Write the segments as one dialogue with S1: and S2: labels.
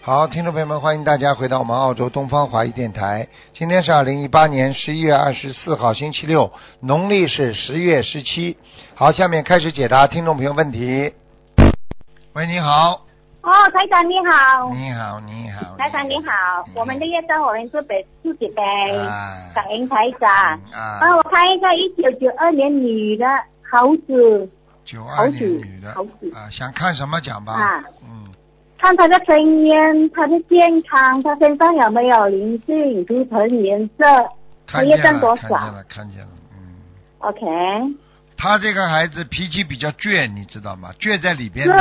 S1: 好，听众朋友们，欢迎大家回到我们澳洲东方华语电台。今天是二零一八年十一月二十四号，星期六，农历是十月十七。好，下面开始解答听众朋友问题。喂，你好，
S2: 哦，台长你好，
S1: 你好，你好，
S2: 台长你好，我们的业障我们自己自己背，
S1: 哎
S2: 感恩台长。帮
S1: 啊
S2: 我，看一个一九九二年女的猴子，
S1: 九二
S2: 猴
S1: 年
S2: 子
S1: 女的
S2: 猴子
S1: 啊，想看什么讲吧？
S2: 啊
S1: 嗯，
S2: 看她的声音，她的健康，她身上有没有灵性，图腾颜色
S1: 看
S2: 业
S1: 见
S2: 障
S1: 了，
S2: 多
S1: 看
S2: 少
S1: 见了，看见了，嗯。
S2: ？OK，
S1: 他这个孩子脾气比较倔，你知道吗？倔在里边的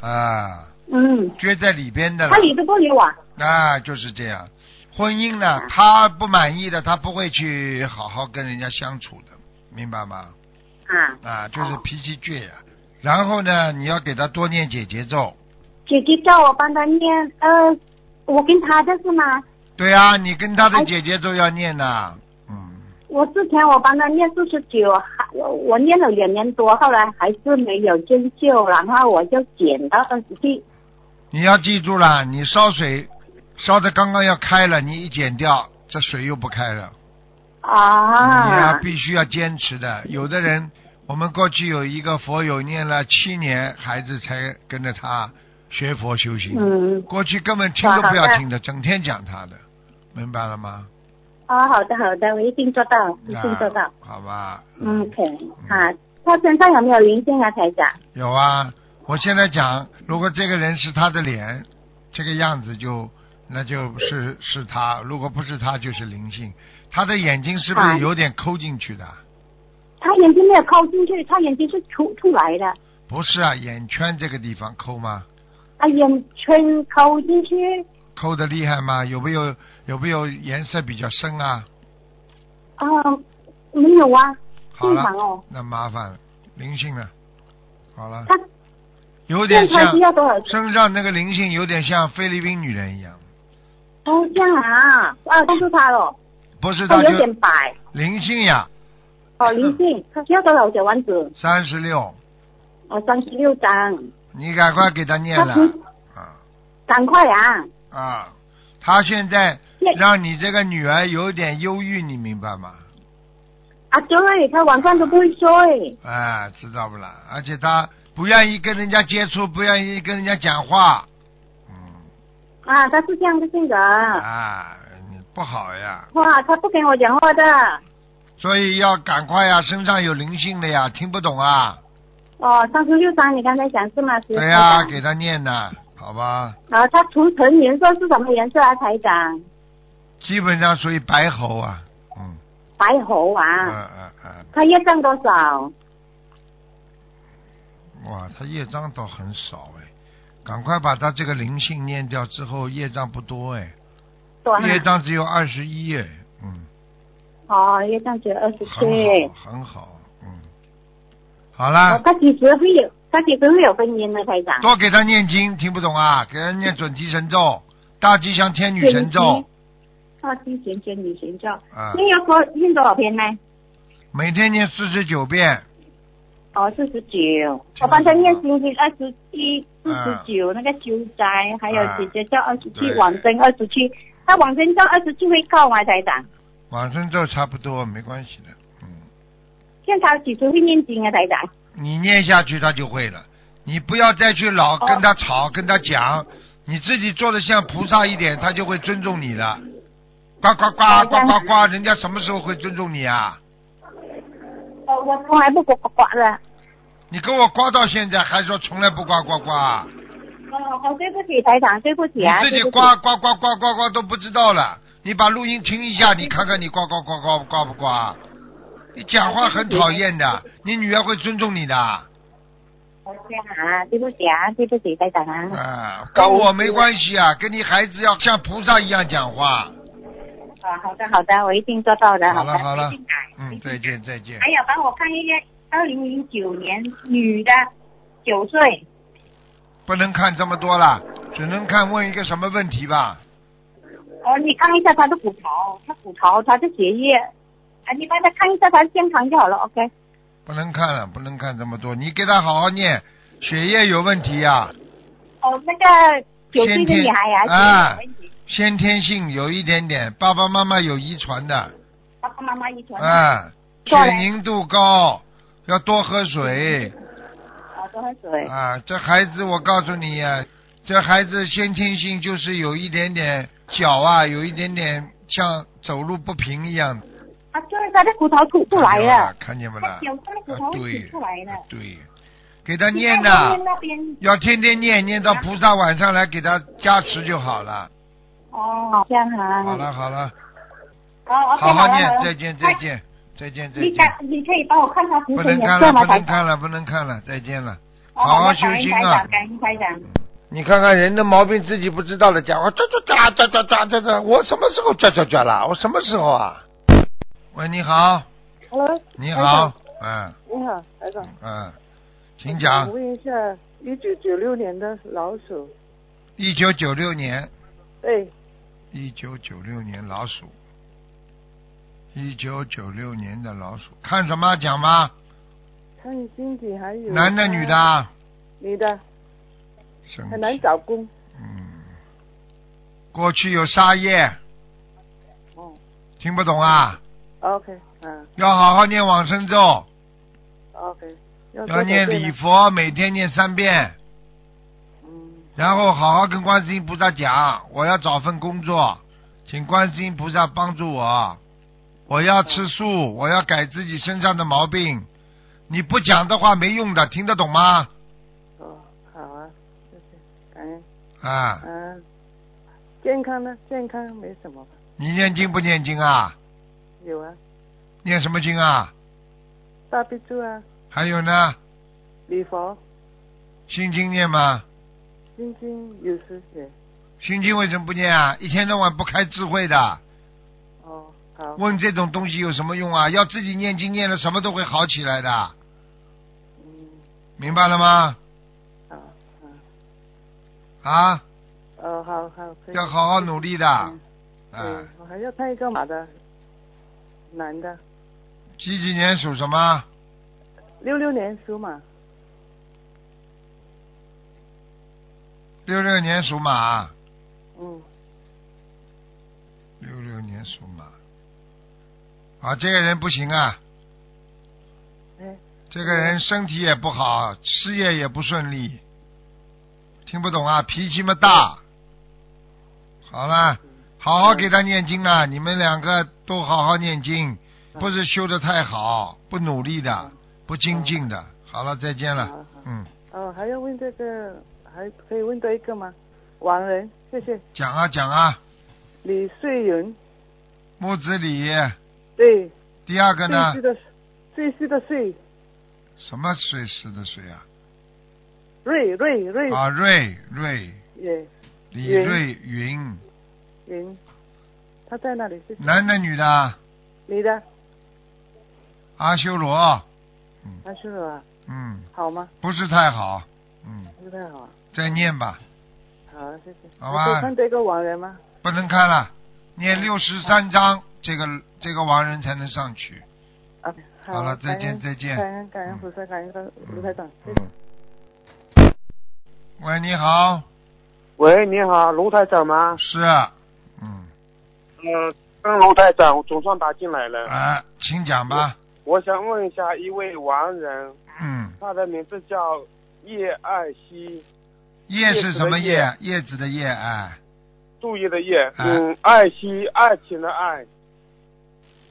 S2: 是，
S1: 啊，
S2: 嗯，
S1: 倔在里边的了
S2: 她。理都不理我，
S1: 啊，就是这样。婚姻呢，他不满意的，他不会去好好跟人家相处的，明白吗？
S2: 啊，
S1: 啊，就是脾气倔呀、然后呢，你要给他多念解节奏。
S2: 姐姐叫我帮她念，呃，我跟她的是吗？
S1: 对啊，你跟他的解节奏要念呐、嗯，
S2: 我之前我帮他念四十九，还我我念了两年多，后来还是没有针灸，然后我就减到二十七。
S1: 你要记住了，你烧水烧的刚刚要开了，你一剪掉，这水又不开了。你要
S2: 啊，
S1: 必须要坚持的。有的人，我们过去有一个佛友念了七年，孩子才跟着他学佛修行。
S2: 嗯，
S1: 过去根本听都不
S2: 好
S1: 要
S2: 的
S1: 听的，整天讲他的，明白了吗？
S2: 哦，好的好的，我一定做
S1: 啊
S2: 到，一定做
S1: 那
S2: 到。
S1: 好吧。
S2: 嗯，OK，啊，他身上有没有灵性啊，台长？
S1: 有啊，我现在讲，如果这个人是他的脸，这个样子就那就是是他；如果不是他，就是灵性。他的眼睛是不
S2: 好
S1: 是有点抠进去的？
S2: 他眼睛没有抠进去，他眼睛是凸出来的，
S1: 不是啊，眼圈这个地方抠吗？
S2: 啊，眼圈抠进去，
S1: 抠的厉害吗？有没有有没有颜色比较深啊？
S2: 啊，没有啊，
S1: 好
S2: 正
S1: 了
S2: 常，哦。
S1: 那麻烦了，灵性了，好了，
S2: 他
S1: 有点
S2: 正常
S1: 像
S2: 需要多少钱？
S1: 身上那个灵性有点像菲律宾女人一样，
S2: 哦，这样啊，啊，告诉他了，
S1: 不是
S2: 他
S1: 她
S2: 哦有
S1: 就
S2: 点白。
S1: 灵性呀，
S2: 哦，灵性，他需要多少小丸子？
S1: 三十六，
S2: 哦，三十六张，
S1: 你赶快给她念了
S2: 她平
S1: 啊
S2: 赶快啊！
S1: 啊！她现在
S2: 念
S1: 让你这个女儿有点忧郁，你明白吗？
S2: 啊，对，他晚上都不会睡。
S1: 哎，知道不啦？而且她不愿意跟人家接触，不愿意跟人家讲话，嗯。
S2: 啊，他是这样的性格。
S1: 啊，你不好呀，
S2: 哇，他不跟我讲话的。
S1: 所以要赶快呀，身上有灵性的呀，听不懂啊，
S2: 哦，三十六张，你刚才讲是吗？
S1: 对
S2: 台
S1: 呀、
S2: 长
S1: 给他念呐，好吧，
S2: 啊，他图腾颜色是什么颜色啊，台长？
S1: 基本上属于白猴啊，嗯，
S2: 白猴啊。
S1: 嗯嗯嗯，
S2: 他业障多少？
S1: 哇，他业障倒很少哎，赶快把他这个灵性念掉之后，业障不多哎，
S2: 多啊
S1: 业障只有二十一哎，嗯，
S2: 哦，业障只有二十
S1: 很
S2: 七
S1: 好。很好，嗯，好啦
S2: 哦，，他几时会有？他几时会有婚姻呢，台长？
S1: 多给他念经，听不懂啊，给他念准提神咒、大吉祥天女神咒。
S2: 哦，金钱捐女神咒。
S1: 啊，
S2: 那要多念多少篇呢？
S1: 每天念四十九遍，
S2: 哦，四十九，我帮他念心经二十七、四
S1: 嗯
S2: 十九那个九斋，还有
S1: 嗯
S2: 姐姐叫二十七
S1: 对，
S2: 往生二十七，那往生到二十七会够吗，台长？
S1: 往生咒差不多，没关系的。嗯，
S2: 现在他几时会念经啊，台长？
S1: 你念下去他就会了。你不要再去老
S2: 哦
S1: 跟他吵，跟他讲，你自己做的像菩萨一点，他就会尊重你的。呱呱呱
S2: 好
S1: 呱
S2: 的
S1: 呱呱，人家什么时候会尊重你啊？
S2: 我哦我从来不呱呱呱的。
S1: 你跟我呱到现在，还说从来不呱呱呱，
S2: 哦哦，对不起，台长，对不起
S1: 你
S2: 啊，
S1: 自己
S2: 对不起
S1: 呱呱呱呱呱呱都不知道了。你把录音听一下，
S2: 嗯
S1: 你看看你呱呱呱呱呱不呱？你讲话很讨厌的，你女儿会尊重你的。
S2: 啊，对不起啊，对不起，台长啊。
S1: 啊，跟我没关系啊，跟你孩子要像菩萨一样讲话。
S2: 啊，好的好的，我一定做到的。
S1: 好
S2: 的
S1: 了好了
S2: 一定改，
S1: 嗯，再见再见。
S2: 还有帮我看一下，二零零九年女的，九岁。
S1: 不能看这么多了，只能看问一个什么问题吧。
S2: 哦，你看一下他的骨头，他骨头，他的血液，啊，你帮他看一下他的健康就好了，OK。
S1: 不能看了，不啊能看这么多。你给他好好念，血液有问题呀、
S2: 哦，那个九岁
S1: 先
S2: 的
S1: 天
S2: 女孩
S1: 啊
S2: 牙齿有问题，
S1: 先天性有一点点，爸爸妈妈有遗传的，
S2: 爸爸妈妈遗传。
S1: 啊，血
S2: 过来
S1: 凝度高，要多喝水
S2: 啊，多喝水。
S1: 啊。这孩子，我告诉你呀、这孩子先天性就是有一点点脚啊，有一点点像走路不平一样的。
S2: 啊，就是他的骨头吐出来了，
S1: 看见没
S2: 他
S1: 啦？
S2: 脚上的骨
S1: 啊，
S2: 头
S1: 对
S2: 吐出来了
S1: 啊。对，给他
S2: 你
S1: 念
S2: 看
S1: 呐、
S2: 后面那边
S1: 要天天念，念到菩萨晚上来给他加持就好了。
S2: 哦，这样啊。
S1: 好了好了，
S2: 哦，OK，
S1: 好
S2: 好了
S1: 念
S2: 好，了哎
S1: 再见再。见再见再
S2: 你
S1: 见
S2: 敢，，你可以帮我看他图
S1: 不
S2: 腾
S1: 能
S2: 颜
S1: 看
S2: 色
S1: 了
S2: 吗，
S1: 不
S2: 台
S1: 能
S2: 长？
S1: 看了不能看了，再见了，
S2: 哦
S1: 好好
S2: 的
S1: 修
S2: 感恩
S1: 心
S2: 台
S1: 啊
S2: 长，！感恩台长。
S1: 你看看人的毛病自己不知道了，讲话抓抓抓抓抓抓抓抓，我什么时候抓抓抓了？我什么时候啊？喂，你好，
S3: Hello，
S1: 你
S3: 台
S2: 哎
S1: 好
S3: 长，
S1: 嗯
S3: 你好，台长。
S1: 嗯，请讲
S3: 我。问一下，一九九六年的老鼠，
S1: 一九九六年，
S3: 对，
S1: 一九九六年老鼠，一九九六年的老鼠，看什么讲吧？
S3: 看身体还有
S1: 男的
S3: 他
S1: 女的？啊？
S3: 女的，
S1: 生
S3: 很难
S1: 气
S3: 找工。
S1: 嗯，过去有沙叶，
S3: 哦
S1: 听不懂啊？
S3: ，OK，嗯
S1: 要好好念往生咒，
S3: ，OK，要多
S1: 要
S3: 少
S1: 念
S3: 遍
S1: 礼
S3: 呢。
S1: 佛，每天念三遍，
S3: 嗯，
S1: 然后好好跟观世音菩萨讲，我要找份工作，请观世音菩萨帮助我，我要吃素，我要改自己身上的毛病。你不讲的话没用的，听得懂吗？
S3: 哦，好啊，谢谢，感恩，
S1: 啊，
S3: 嗯。健康呢？健康没什么吧？
S1: 你念经不念经啊？
S3: 有啊，
S1: 念什么经啊？
S3: 大悲咒啊，
S1: 还有呢，
S3: 礼佛、
S1: 心经念吗？
S3: 心经有时写。
S1: 心经为什么不念啊？一天到晚不开智慧的，
S3: 哦，好，
S1: 问这种东西有什么用啊？要自己念经念了，什么都会好起来的，
S3: 嗯，
S1: 明白了吗？
S3: 好，嗯，
S1: 啊，
S3: 哦，好好，可以
S1: 要好好努力的，啊
S3: 嗯，嗯，我还要看一个马的，男的，
S1: 几几年属什么？
S3: 六六年属马，
S1: 六六年属马，
S3: 嗯，
S1: 六六年属马，啊，这个人不行啊，
S3: 哎，
S1: 这个人身体也不好，事业也不顺利，听不懂啊，脾气嘛大。好啦，好好给他念经啊！你们两个都好好念经，不是修的太好，不努力的，不精进的。好了，再见
S3: 好
S1: 了
S3: 好。
S1: 嗯，
S3: 哦，还要问这个，还可以问多一个吗？王仁，谢谢，
S1: 讲啊讲啊，
S3: 李穗云，
S1: 木子李，
S3: 对，
S1: 第二个
S3: 碎
S1: 呢
S3: 絮？嗯的碎絮的碎，
S1: 什么水是的水啊？
S3: 瑞瑞瑞，
S1: 啊，瑞瑞
S3: 也
S1: 李
S3: 云
S1: 瑞云，
S3: 云，他在那里？谢谢，
S1: 男的女的啊？
S3: 你的
S1: 阿修罗，
S3: 阿修罗啊，
S1: 嗯，
S3: 好吗？
S1: 不是太好，嗯，
S3: 不太好啊，
S1: 再念吧，
S3: 好，谢谢。
S1: 好吧
S3: 还可以看这个王仁吗？
S1: 不能看了，念六十三章，这个这个亡人才能上去。
S3: 啊，
S1: 好了再见
S3: 感恩
S1: 再见
S3: 感恩感恩菩萨，感恩卢台长，谢谢。
S1: 嗯。喂，你好，
S4: 喂，你好，卢台长吗？
S1: 是啊，嗯，
S4: 嗯，跟卢台长，我总算打进来了。
S1: 啊，请讲吧，
S4: 我想问一下一位亡人，
S1: 嗯，
S4: 他的名字叫叶爱希，
S1: 叶
S4: 叶
S1: 是
S4: 子
S1: 什
S4: 的
S1: 么
S4: 叶
S1: 叶？叶子的叶，哎，
S4: 注意的叶，
S1: 啊
S4: 嗯，爱希，爱情的爱，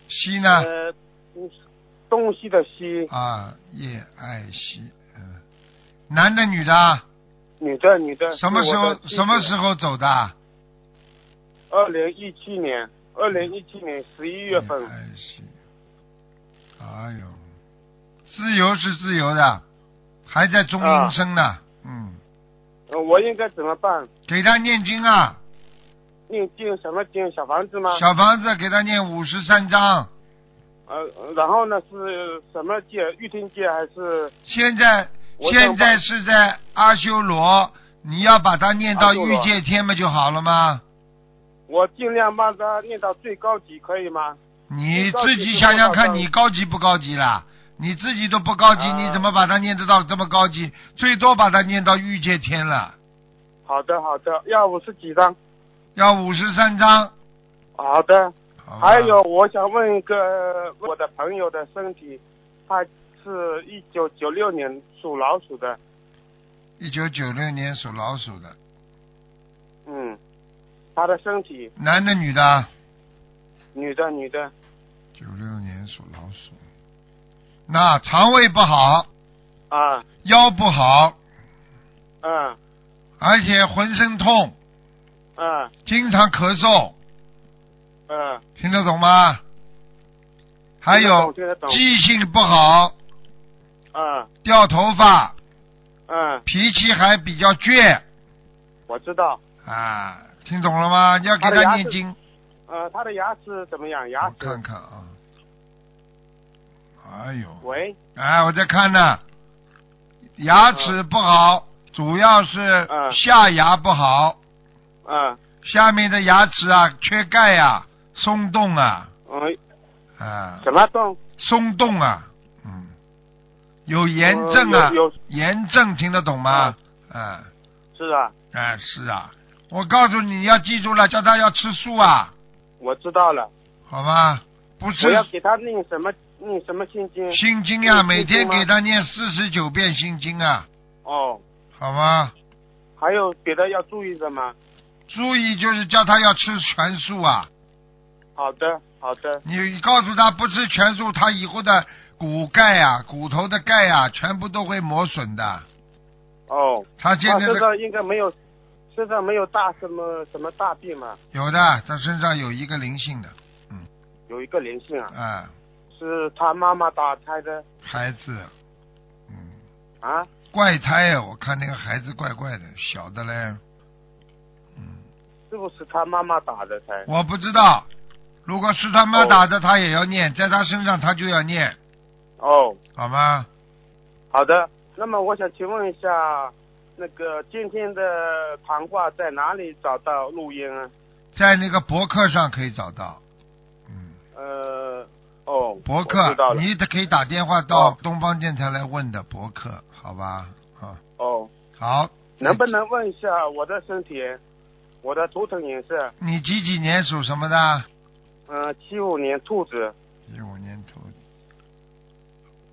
S1: 西呢？
S4: 呃，嗯东西的西，
S1: 啊，叶爱西，嗯，男的女的啊？
S4: 女的，女的。
S1: 什么时候什么时
S4: 候？
S1: 候走的啊？
S4: 二零一七年，二零一七年十一月份
S1: 叶，爱西，哎呦，自由是自由的，还在中
S4: 啊
S1: 阴身呢，嗯，
S4: 呃我应该怎么办？
S1: 给他念经啊，
S4: 念经什么经？小房子吗？
S1: 小房子给他念五十三章。
S4: 呃，然后呢是什么界？玉天界还是？
S1: 现在
S4: 我想
S1: 现在是在阿修罗，你要把它念到
S4: 阿修
S1: 欲
S4: 罗
S1: 界天嘛就好了吗？
S4: 我尽量帮他念到最高级，可以吗？
S1: 你
S4: 最高级
S1: 自己
S4: 是
S1: 想想看，
S4: 多少章
S1: 你高级不高级啦？你自己都不高级，
S4: 啊
S1: 你怎么把它念得到这么高级？最多把它念到欲界天了。
S4: 好的，好的，要五十几张。
S1: 要五十三张。
S4: 好的。
S1: 好吧
S4: 还有，我想问一个我的朋友的身体，他是一九九六年属老鼠的，
S1: 一九九六年属老鼠的，
S4: 嗯，他的身体，
S1: 男的女的？
S4: 女的，女的，
S1: 九六年属老鼠，那肠胃不好，
S4: 啊，
S1: 腰不好，
S4: 嗯，
S1: 而且浑身痛，
S4: 嗯，
S1: 经常咳嗽，
S4: 嗯，
S1: 听得懂吗？还有
S4: 听得懂，听得懂
S1: 记性不好，
S4: 嗯
S1: 掉头发，
S4: 嗯，
S1: 脾气还比较倔
S4: 我知道，
S1: 啊，听懂了吗？要给
S4: 他的牙
S1: 他
S4: 齿
S1: 念经，
S4: 呃，他的牙齿怎么样？牙
S1: 我
S4: 齿，
S1: 看看啊。哎呦，
S4: 喂，
S1: 哎，我在看呢，牙齿不好，主要是
S4: 嗯
S1: 下牙不好。
S4: 嗯，
S1: 下面的牙齿啊，缺钙呀、松动啊，
S4: 嗯，
S1: 啊，
S4: 什么动？
S1: 松动啊，嗯，有炎症啊
S4: 呃，有有嗯
S1: 炎症听得懂吗？啊，
S4: 是啊，
S1: 啊，是啊，我告诉你，你要记住了，叫他要吃素啊，
S4: 我知道了，
S1: 好吗？不
S4: 我要
S1: 吃
S4: 给他念什么念什么心经？
S1: 心经呀、
S4: 有
S1: 每
S4: 心经啊
S1: 天
S4: 吗
S1: 给他念四十九遍心经啊，
S4: 哦，
S1: 好吗？
S4: 还有别的要注意什么？
S1: 注意就是叫他要吃全素啊，
S4: 好的，好的，
S1: 你告诉他不吃全素，他以后的骨钙啊、骨头的钙啊，全部都会磨损的。
S4: 哦，
S1: 他现
S4: 他
S1: 在
S4: 身
S1: 的
S4: 上应该没有，身上没有大什么什么大病嘛？
S1: 有的，他身上有一个灵性的，嗯
S4: 有一个灵性啊，
S1: 啊，
S4: 是他妈妈打胎的
S1: 孩子，嗯，
S4: 啊？
S1: 怪胎啊！我看那个孩子怪怪的，小的嘞，嗯，
S4: 是不是他妈妈打的胎？
S1: 我不知道，如果是他妈
S4: 哦
S1: 打的，他也要念，在他身上他就要念，
S4: 哦，
S1: 好吗？
S4: 好的，那么我想请问一下，那个今天的谈话在哪里找到录音啊？
S1: 在那个博客上可以找到，嗯，
S4: 呃，哦，
S1: 博
S4: 我知道
S1: 客，
S4: 了，
S1: 你得可以打电话到
S4: 哦
S1: 东方电台来问的博客，好吧？啊，
S4: 哦，
S1: 好，
S4: 能不能问一下我的身体，我的图腾颜色？
S1: 你几几年属什么的？
S4: 嗯、呃，七五年兔子。
S1: 一五年头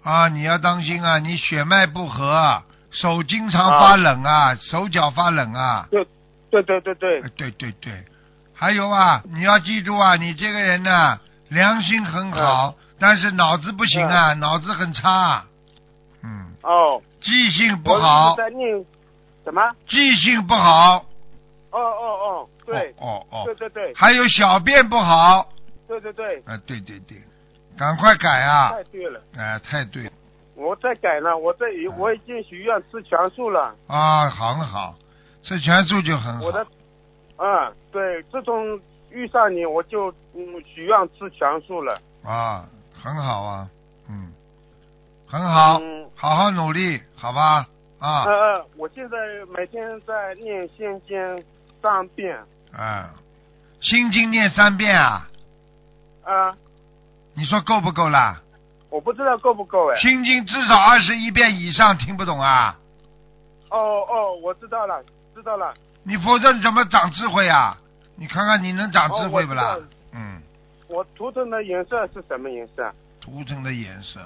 S1: 啊，你要当心啊！你血脉不和啊，手经常发冷啊，手脚发冷啊。
S4: 对对对对
S1: 哎，对对对，还有啊，你要记住啊，你这个人呢、良心很
S4: 嗯
S1: 好，但是脑子不行啊，脑子很差、啊。嗯，
S4: 哦，
S1: 记性不
S4: 我一
S1: 好
S4: 直，在念什么？
S1: 记性不好。
S4: 哦哦哦，对，
S1: 哦哦
S4: 对
S1: 哦，
S4: 对对
S1: 还有小便不好。
S4: 对对对，
S1: 啊，对对对，赶快改啊！
S4: 太对了。
S1: 哎，太对了
S4: 我在改呢，我这已
S1: 嗯
S4: 我已经许愿吃全素了。
S1: 啊，很好，吃全素就很好。
S4: 我的，嗯，对，自从遇上你，我就嗯许愿吃全素了。
S1: 啊，很好啊，嗯，很好，
S4: 嗯
S1: 好好努力，好吧？啊
S4: 嗯，嗯，我现在每天在念心经三遍，
S1: 嗯，心经念三遍啊，
S4: 啊，
S1: 你说够不够啦？
S4: 我不知道够不够哎。
S1: 心经至少二十一遍以上，听不懂啊？
S4: 哦哦，我知道了，知道了。
S1: 你否则你怎么长智慧啊？你看看你能长智
S4: 哦
S1: 慧不啦
S4: 我知道？
S1: 嗯，
S4: 我图腾的颜色是什么颜色？
S1: 图腾的颜色，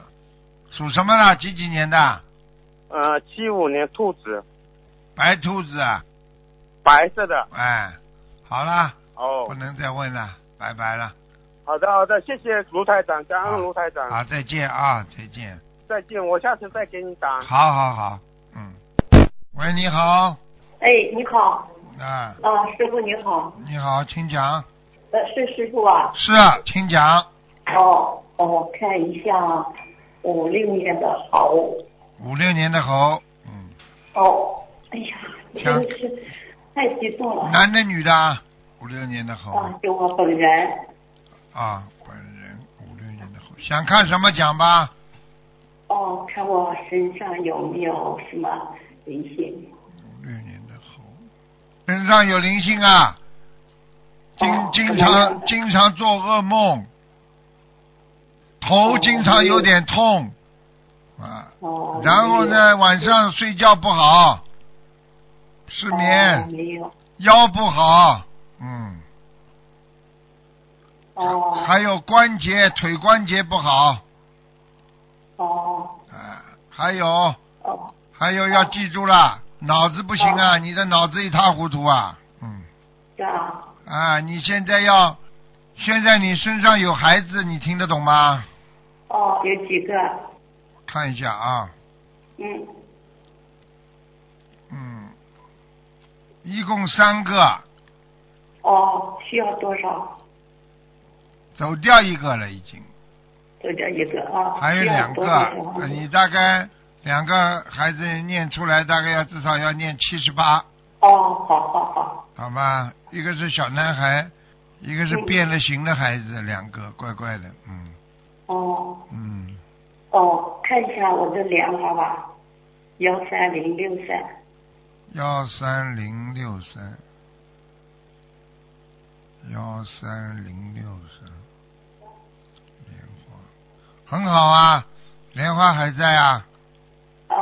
S1: 属什么啦？几几年的？
S4: 呃，七五年兔子，
S1: 白兔子啊，
S4: 白色的。
S1: 哎，好啦，
S4: 哦
S1: 不，能再问了，拜拜了，
S4: 好的好的，谢谢卢台长，感
S1: 好
S4: 恩卢台长，
S1: 啊，再见啊，再见。
S4: 再见，我下次再给你打。
S1: 好好好，嗯。喂，你好，
S5: 哎，你好，
S1: 啊，
S5: 啊，师傅你好，
S1: 你好，请讲。
S5: 呃，是师傅啊，
S1: 是啊，请讲。
S5: 哦，哦，我看一下五六年的猴，
S1: 五六年的猴，嗯，
S5: 哦，哎呀，
S1: 行
S5: 真是太激动了
S1: 男的女的啊？五六年的猴
S5: 啊！就我本人，
S1: 啊，本人五六年的猴，想看什么讲吧？
S5: 哦，看我身上有没有什么灵性？
S1: 五哦六年的猴，身上有灵性啊，经
S5: 哦
S1: 经
S5: 怎么
S1: 常
S5: 样
S1: 经常做噩梦，头
S5: 哦
S1: 经常有点痛，啊，
S5: 哦，
S1: 然后呢晚上睡觉不好，失眠
S5: 哦，没有。
S1: 腰不好，嗯，
S5: 哦
S1: 还有关节腿关节不好，
S5: 哦
S1: 啊，还有
S5: 哦
S1: 还有要记住了，脑子不行啊，你的脑子一塌糊涂啊，嗯，
S5: 是啊，
S1: 啊，你现在要，现在你身上有孩子，你听得懂吗？
S5: 哦有几个？
S1: 看一下啊，
S5: 嗯，
S1: 嗯，一共三个，
S5: 哦需要多少？
S1: 走掉一个了已经，
S5: 就这一个啊。
S1: 还有
S5: 需要
S1: 两
S5: 多
S1: 个，
S5: 少小房
S1: 啊
S5: 子
S1: 你大概两个孩子念出来，大概要至少要念七十八，
S5: 哦，好好好，
S1: 好吧？一个是小男孩，一个是变了形的孩子，两个怪怪的，嗯
S5: 哦
S1: 嗯，
S5: 哦，看一下我的脸好吧？幺三零六三，
S1: 幺三零六三，幺三零六三，莲花，很好啊，莲花还在啊，
S5: 啊，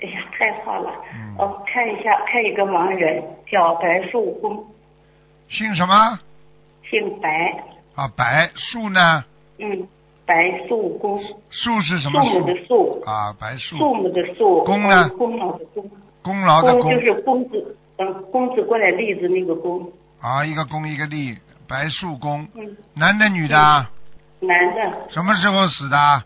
S5: 哎呀，太好了
S1: 嗯！
S5: 哦，看一下，看一个盲人叫白树公，
S1: 姓什么？
S5: 姓白，
S1: 啊，白树呢？
S5: 嗯，白树公，树
S1: 树是什么
S5: 木
S1: 树？
S5: 的树，
S1: 啊，白树。
S5: 树木的树，
S1: 公呢
S5: 嗯功劳的功，
S1: 功劳的功
S5: 就是公子，嗯，公子过来例子那个公，
S1: 啊，一个功一个利，白树功，
S5: 嗯，
S1: 男的女的啊？
S5: 男的，
S1: 什么时候死的啊？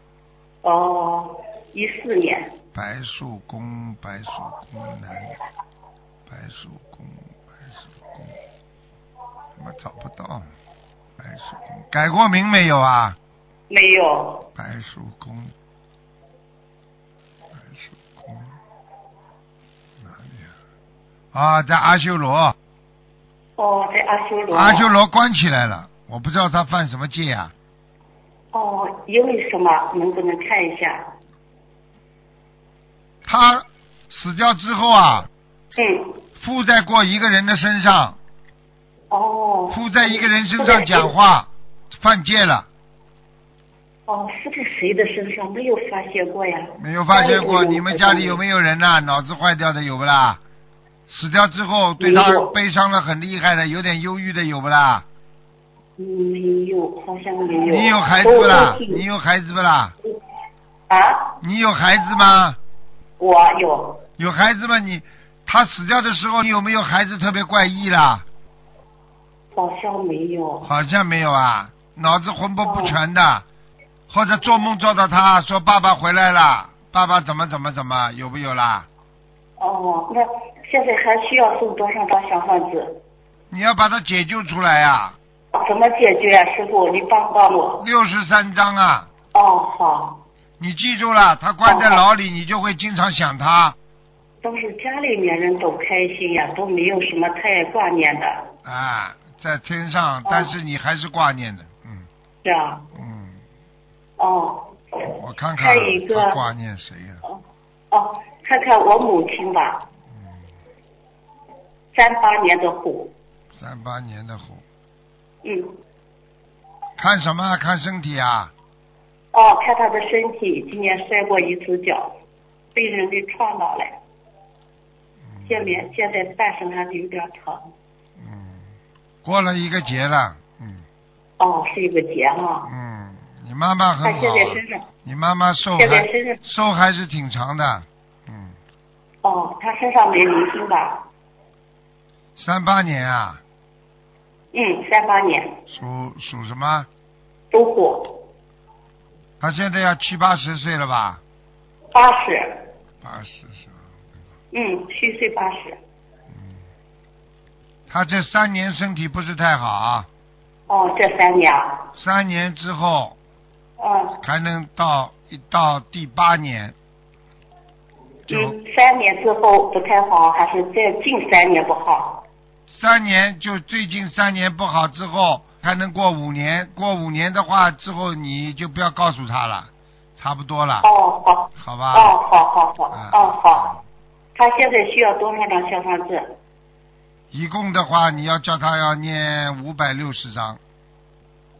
S5: 哦，一四年，
S1: 白树功，白树功，男的，白树功，白树功，怎么找不到？白树功改过名没有啊？
S5: 没有，
S1: 白树公，白树公，哪里啊？啊，在阿修罗，
S5: 哦，在阿修罗，
S1: 阿修，罗关起来了，我不知道他犯什么戒啊。
S5: 哦，因为什么？能不能看一下？
S1: 他死掉之后啊，
S5: 嗯。
S1: 附在过一个人的身上，
S5: 哦，
S1: 附在一个人身上讲。话，犯戒了，
S5: 哦，附在谁的身上？没有发现过呀。
S1: 没有发现过？你们家里有没
S5: 有？
S1: 有人呐、脑子坏掉的有不啦？死掉之后对他
S5: 没有
S1: 悲伤的很厉害的，有点忧郁的有不啦？
S5: 嗯没有，好像没有。
S1: 你有孩子不啦
S5: 都？是
S1: 你有孩子不啦？
S5: 啊？
S1: 你有孩子吗？
S5: 我有，
S1: 有孩子吗？你他死掉的时候，你有没有孩子特别怪异啦？
S5: 好像没有。
S1: 好像没有啊，脑子魂魄不全的，或者做梦做到他说爸爸回来了，爸爸怎么怎么怎么，有没有啦？
S5: 哦，那现在还需要送多少张小房子？
S1: 你要把它解救出来呀、
S5: 怎么解决啊，师傅？你帮帮
S1: 啊，
S5: 我。
S1: 六十三章啊，
S5: 哦，好，
S1: 你记住了，他关
S5: 哦
S1: 在牢里，你就会经常想他
S5: 都是家里面人都开心呀，都没有什么太挂念的，
S1: 啊，在天
S5: 哦
S1: 上，但是你还是挂念的，嗯
S5: 是啊。
S1: 嗯，
S5: 哦。
S1: 我看看
S5: 还有一个
S1: 他挂念谁呀、
S5: 哦，哦，看看我母亲吧，三八年的虎，
S1: 三八年的虎，
S5: 嗯，
S1: 看什么啊？看身体啊？
S5: 哦，看她的身体，今年摔过一次跤，被人给撞到了，现面现在半身还是有点疼。
S1: 嗯，过了一个节了，嗯。
S5: 哦，是一个结哈、
S1: 嗯，你妈妈
S5: 她
S1: 很
S5: 现
S1: 好
S5: 在，身上，
S1: 你妈妈寿
S5: 现在
S1: 还
S5: 身上，
S1: 寿还是挺长的，嗯，
S5: 哦，她身上没灵性吧？
S1: 三八年啊，
S5: 嗯，三八年
S1: 属属什么？
S5: 都虎，
S1: 她现在要七八十岁了吧？
S5: 八十，
S1: 八十岁，
S5: 嗯，虚岁八十。
S1: 她这三年身体不是太好啊，
S5: 哦，这三年啊，
S1: 三年之后
S5: 嗯，
S1: 才能到一到第八年，就
S5: 嗯，三年之后不太好，还是在近三年不好？
S1: 三年就最近三年不好之后，才能过五年，过五年的话之后你就不要告诉她了，差不多了，
S5: 哦，好，
S1: 好
S5: 哦，
S1: 吧？
S5: 好好好，
S1: 啊
S5: 哦好。他现在需要多少张小房子？
S1: 一共的话，你要叫他要念五百六十章，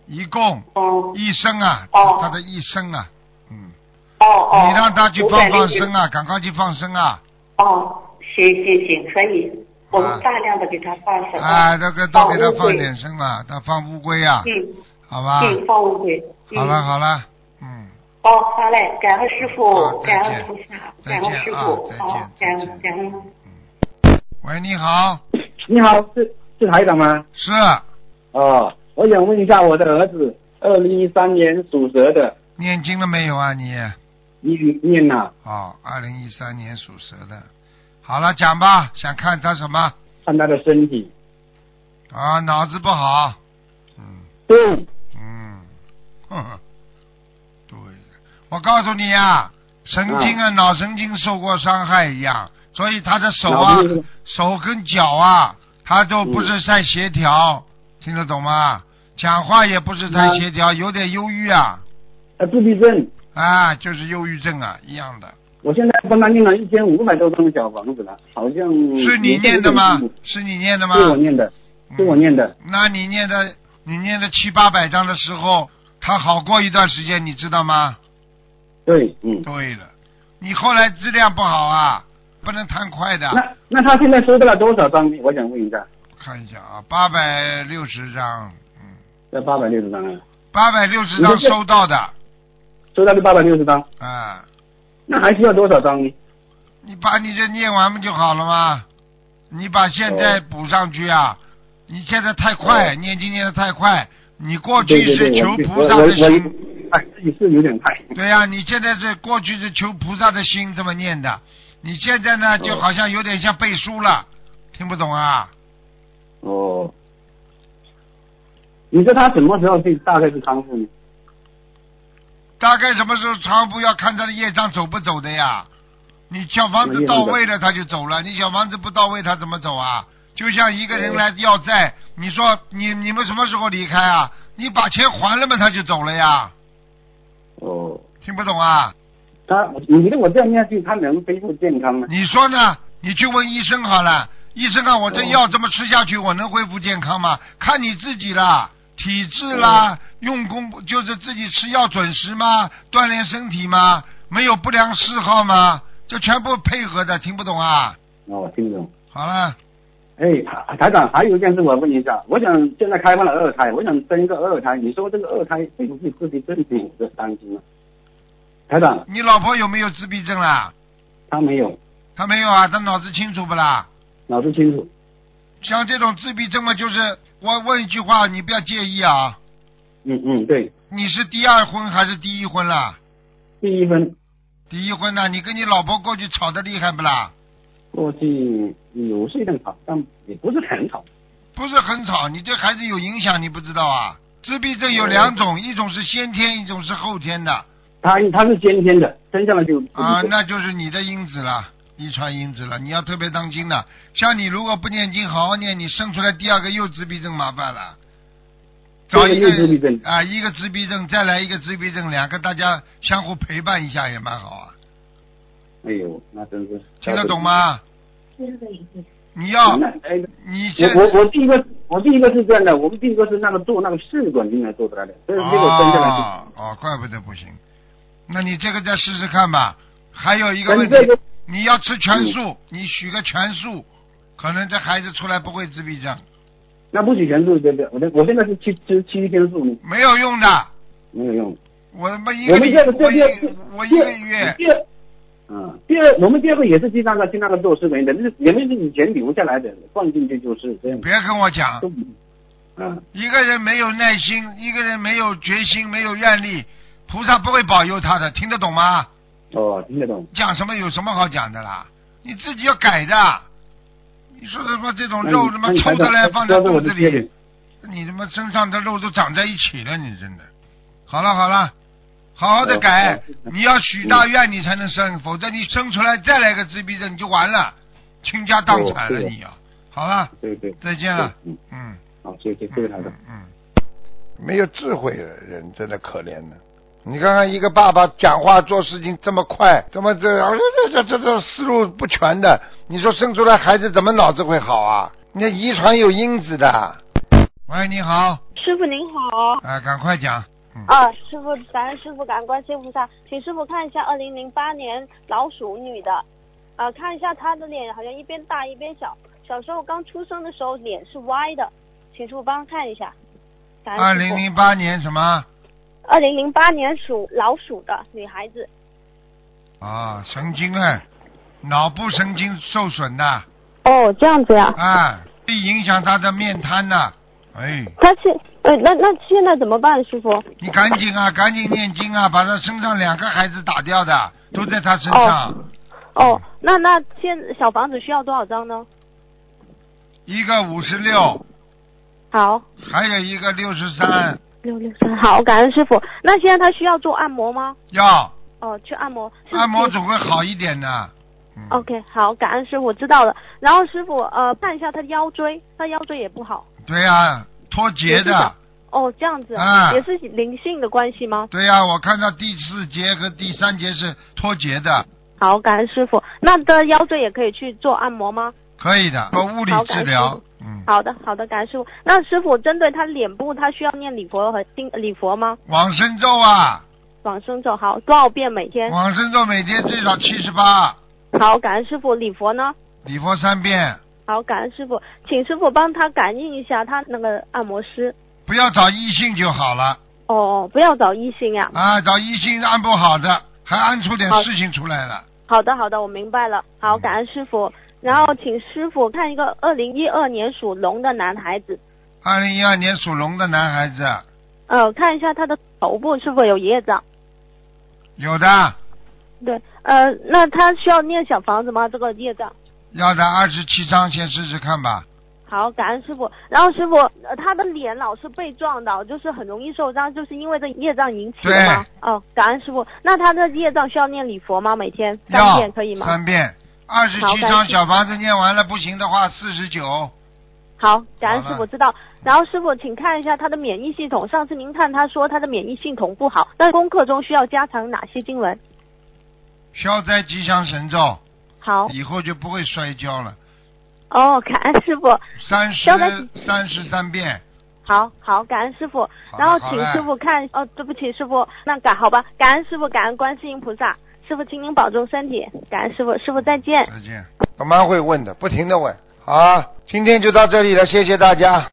S1: 一共
S5: 嗯，
S1: 一生啊，
S5: 哦
S1: 他的一生啊，嗯，
S5: 哦哦。
S1: 你让他去
S5: 560
S1: 放放生啊，赶快去放生啊，
S5: 哦，行行行，可以。我们大量的给他放什么？
S1: 啊，那个多给他
S5: 放乌
S1: 放
S5: 龟
S1: 点什么？他放乌龟啊，
S5: 嗯
S1: 好吧？
S5: 嗯，放乌龟。嗯
S1: 好了好了，嗯，
S5: 哦，好嘞，感恩师
S1: 好
S5: 傅，
S1: 啊再
S5: 感
S1: 见
S5: 恩菩萨，
S1: 再
S5: 感
S1: 见
S5: 恩师
S1: 啊
S5: 傅，
S1: 再
S5: 好
S1: 见，
S5: 感
S1: 再见
S5: 恩感恩。
S1: 喂，你好，
S6: 你好，是是台长吗？
S1: 是
S6: 哦，我想问一下我的儿子，二零一三年属蛇的，
S1: 念经了没有啊你？
S6: 你念呐、
S1: 哦，二零一三年属蛇的。好了，讲吧，想看他什么？
S6: 看他的身体。
S1: 啊，脑子不好。嗯
S6: 对，
S1: 嗯，呵呵，对，我告诉你啊，神经啊，脑神经受过伤害一样，所以他的手啊
S6: 脑子有，
S1: 手跟脚啊，他都不是太协调，听得懂吗？讲话也不是太
S6: 嗯
S1: 协调，有点忧郁啊，
S6: 呃，自闭症。
S1: 啊，就是忧郁症啊，一样的。
S6: 我现在帮他念了一千五百多张小房子了，好像
S1: 是你念的吗嗯
S6: 嗯？
S1: 是你念的吗？
S6: 是我念的，是我念的。
S1: 那你念的，你念的七八百章的时候，他好过一段时间，你知道吗？
S6: 对，嗯。
S1: 对了，你后来质量不好啊，不能贪快的。
S6: 那那他现在收到了多少张？我想问一下，
S1: 看一下啊，八百六十章，嗯，
S6: 要八百六十张啊，
S1: 八百六十章
S6: 你这是
S1: 收到的
S6: 收到了八百六十张，
S1: 啊，
S6: 那还需要多少张呢？
S1: 你把你这念完不就好了吗？你把现在补上去啊！你现在太快，念经念的太快，你过
S6: 哦对
S1: 去哦
S6: 对
S1: 是
S6: 对，
S1: 求
S6: 我
S1: 菩
S6: 我
S1: 萨
S6: 我
S1: 的心，
S6: 我，哎，自己是有点快。
S1: 对呀、你现在是过去是求菩萨的心这么念的，你现在呢就好像有点像背书了，听不懂啊？
S6: 哦，你说他什么时候可以大概是康复呢？
S1: 大概什么时候长不要看他的业障走不走的呀？你小房子到位了他就走了，你小房子不到位他怎么走啊？就像一个人来要债，你说你你们什么时候离开啊？你把钱还了嘛他就走了呀？
S6: 哦，
S1: 听不懂啊？
S6: 他，你觉得我这样念下去，他能恢复健康吗？
S1: 你说呢？你去问医生好了，医生啊，我这药这么吃下去，我能恢复健康吗？看你自己啦，体质啦，用功就是自己吃药准时吗？锻炼身体吗？没有不良嗜好吗？这全部配合的，听不懂啊？
S6: 哦，听不懂。
S1: 好了，
S6: 哎，台台长，还有一件事我问一下，我想现在开放了二胎，我想生一个二胎，你说这个二胎对不对自己身体的担心呢？台长，
S1: 你老婆有没有自闭症啦？
S6: 他没有，
S1: 她没有啊，她脑子清楚不啦？
S6: 脑子清楚。
S1: 像这种自闭症嘛，就是我问一句话，你不要介意啊。
S6: 嗯嗯，对，
S1: 你是第二婚还是第一婚啦？
S6: 第一分
S1: 第一婚呢、你跟你老婆过去吵得厉害不啦？
S6: 过去有是一点吵，但也不是很吵。
S1: 不是很吵，你对孩子有影响，你不知道啊？自闭症有两种，一种是先天，一种是后天的
S6: 他他是先天的，生下来就
S1: 啊，那就是你的因子了，遗传因子了，你要特别当心的。像你如果不念经，好好念，你生出来第二个又自闭症，麻烦了。找一个
S6: 这个又自闭症
S1: 啊，一个自闭症，再来一个自闭症，两个大家相互陪伴一下也蛮好啊。
S6: 哎呦，那真是
S1: 听得懂？吗？你要
S6: 那哎，
S1: 你现
S6: 我我我第一个我第一个是这样的，我们第一个是那个做那个试管婴儿做出来的，所以结果生下来就。
S1: 哦哦，怪不得不行。那你这个再试试看吧。还有一个
S6: 但
S1: 问
S6: 是
S1: 题，
S6: 这个嗯
S1: 你要吃全素，你许个全素，可能这孩子出来不会自闭症，
S6: 那不许全素对不对？我的我现在是七吃七天素呢，
S1: 没有用的。
S6: 没有用。
S1: 我他妈一
S6: 我
S1: 个
S6: 们
S1: 礼
S6: 这个
S1: 我
S6: 这
S1: 一
S6: 个
S1: 个我一个月，
S6: 第二，嗯，第二我们第二个也是去那个去那个做试管婴儿的，那是也们是以前留下来的，放进去就是这样。
S1: 别啊跟我讲，
S6: 都不嗯，
S1: 一个人没有耐心，一个人没有决心，没有愿力，菩萨不会保佑他的，听得懂吗？
S6: 哦，听得懂。
S1: 讲什么有什么好讲的啦？你自己要改的。你说什么这种肉他妈
S6: 那你
S1: 抽
S6: 那你
S1: 出来
S6: 嗯台长
S1: 放在
S6: 说说
S1: 肚
S6: 我
S1: 子
S6: 的缺点
S1: 里，你他妈身上的肉都长在一起了，你真的。好了好了，好好的
S6: 哦
S1: 改
S6: 好，
S1: 你要许大愿你才能生，否则你生出来再来个自闭症你就完了，倾家荡产了
S6: 哦是的
S1: 你啊！好了，
S6: 对对，
S1: 再见了，
S6: 嗯，
S1: 嗯，
S6: 好，谢谢，谢谢台
S1: 嗯
S6: 长。
S1: 嗯，没有智慧的人真的可怜呢。你看看一个爸爸讲话做事情这么快，这么这这这这这思路不全的，你说生出来孩子怎么脑子会好啊？你遗传有因子的。喂，你好，
S7: 师傅您好。
S1: 啊，赶快讲，嗯，
S7: 啊，师傅，感恩师傅，感恩观世音菩萨，请师傅看一下二零呃零八年老鼠女的，啊，看一下她的脸好像一边大一边小，小小时候刚出生的时候脸是歪的，请师傅帮看一下。
S1: 二零零八年什么
S7: 二零零八年属老鼠的女孩子，
S1: 啊？神经啊，脑部神经受损的
S8: 哦，这样子呀。
S1: 啊，会影响他的面瘫的。哎，
S8: 他现呃，那那现在怎么办，师傅？
S1: 你赶紧啊，赶紧念经啊，把他身上两个孩子打掉的都在他身上，
S8: 哦，
S7: 那那现小房子需要多少张呢？
S1: 一个五十六，
S8: 好，
S1: 还有一个六十三，
S8: 六六三，好，
S7: 好，感恩师傅。那现在他需要做按摩吗？
S1: 要
S7: 哦，去按摩。是
S1: 按摩总会好一点的。
S8: 哦
S1: 嗯
S7: OK，好，感恩师傅，知道了。然后师傅，呃，看一下他的腰椎，他腰椎也不好。
S1: 对呀、脱节
S7: 也是
S1: 的
S7: 的。哦，这样子，
S1: 啊
S7: 也是灵性的关系吗？
S1: 对呀、啊我看到第四节和第三节是脱节的，
S7: 好，感恩师傅。那的腰椎也可以去做按摩吗？
S1: 可以的，做物理
S7: 好
S1: 治
S7: 感
S1: 疗
S7: 谢。
S1: 嗯，
S7: 好的，好的，感恩师傅。那师傅针对他脸部，他需要念礼佛和经礼佛吗？
S1: 往生咒啊，
S7: 往生咒好多少遍每天？
S1: 往生咒每天最少七十八，
S7: 好，感恩师傅。礼佛呢？
S1: 礼佛三遍，
S7: 好，感恩师傅，请师傅帮他感应一下他那个按摩师。
S1: 不要找异性就好了
S7: 哦哦，不要找异性呀、
S1: 啊，找异性按不好的，还按出点
S7: 好
S1: 事情出来了。
S7: 好的，好的，我明白了。好，感恩师傅。然后请师傅看一个二零一二年属龙的男孩子，
S1: 二零一二年属龙的男孩子，
S7: 呃，看一下他的头部是否有业障。
S1: 有的
S7: 对，呃，那他需要念小房子吗？这个业障。
S1: 要的二十七张，先试试看吧。
S7: 好，感恩师傅。然后师傅，呃，他的脸老是被撞到，就是很容易受伤，就是因为这业障引起的吗？哦，感恩师傅。那他的业障需要念礼佛吗？每天三
S1: 要
S7: 遍可以吗？
S1: 三遍，二十
S7: 好
S1: 七
S7: 感
S1: 张
S7: 谢
S1: 小房子念完了不行的话，四十九。
S7: 好，感恩
S1: 好了
S7: 师傅知道。然后师傅，请看一下他的免疫系统。上次您看他说他的免疫系统不好，那功课中需要加强哪些经文？
S1: 消灾吉祥神咒，
S7: 好，
S1: 以后就不会摔跤了。
S7: 哦，感恩师傅，
S1: 三十
S7: 消灾吉
S1: 三十三遍，
S7: 好好，感恩师傅。
S1: 好
S7: 然后
S1: 嘞
S7: 请
S1: 好嘞
S7: 师傅看，哦，对不起师傅，那感好吧，感恩师傅，感恩观世音菩萨，师傅请您保重身体，感恩师傅，师傅再见。
S1: 再见。我妈会问的，不停的问。好，今天就到这里了，谢谢大家。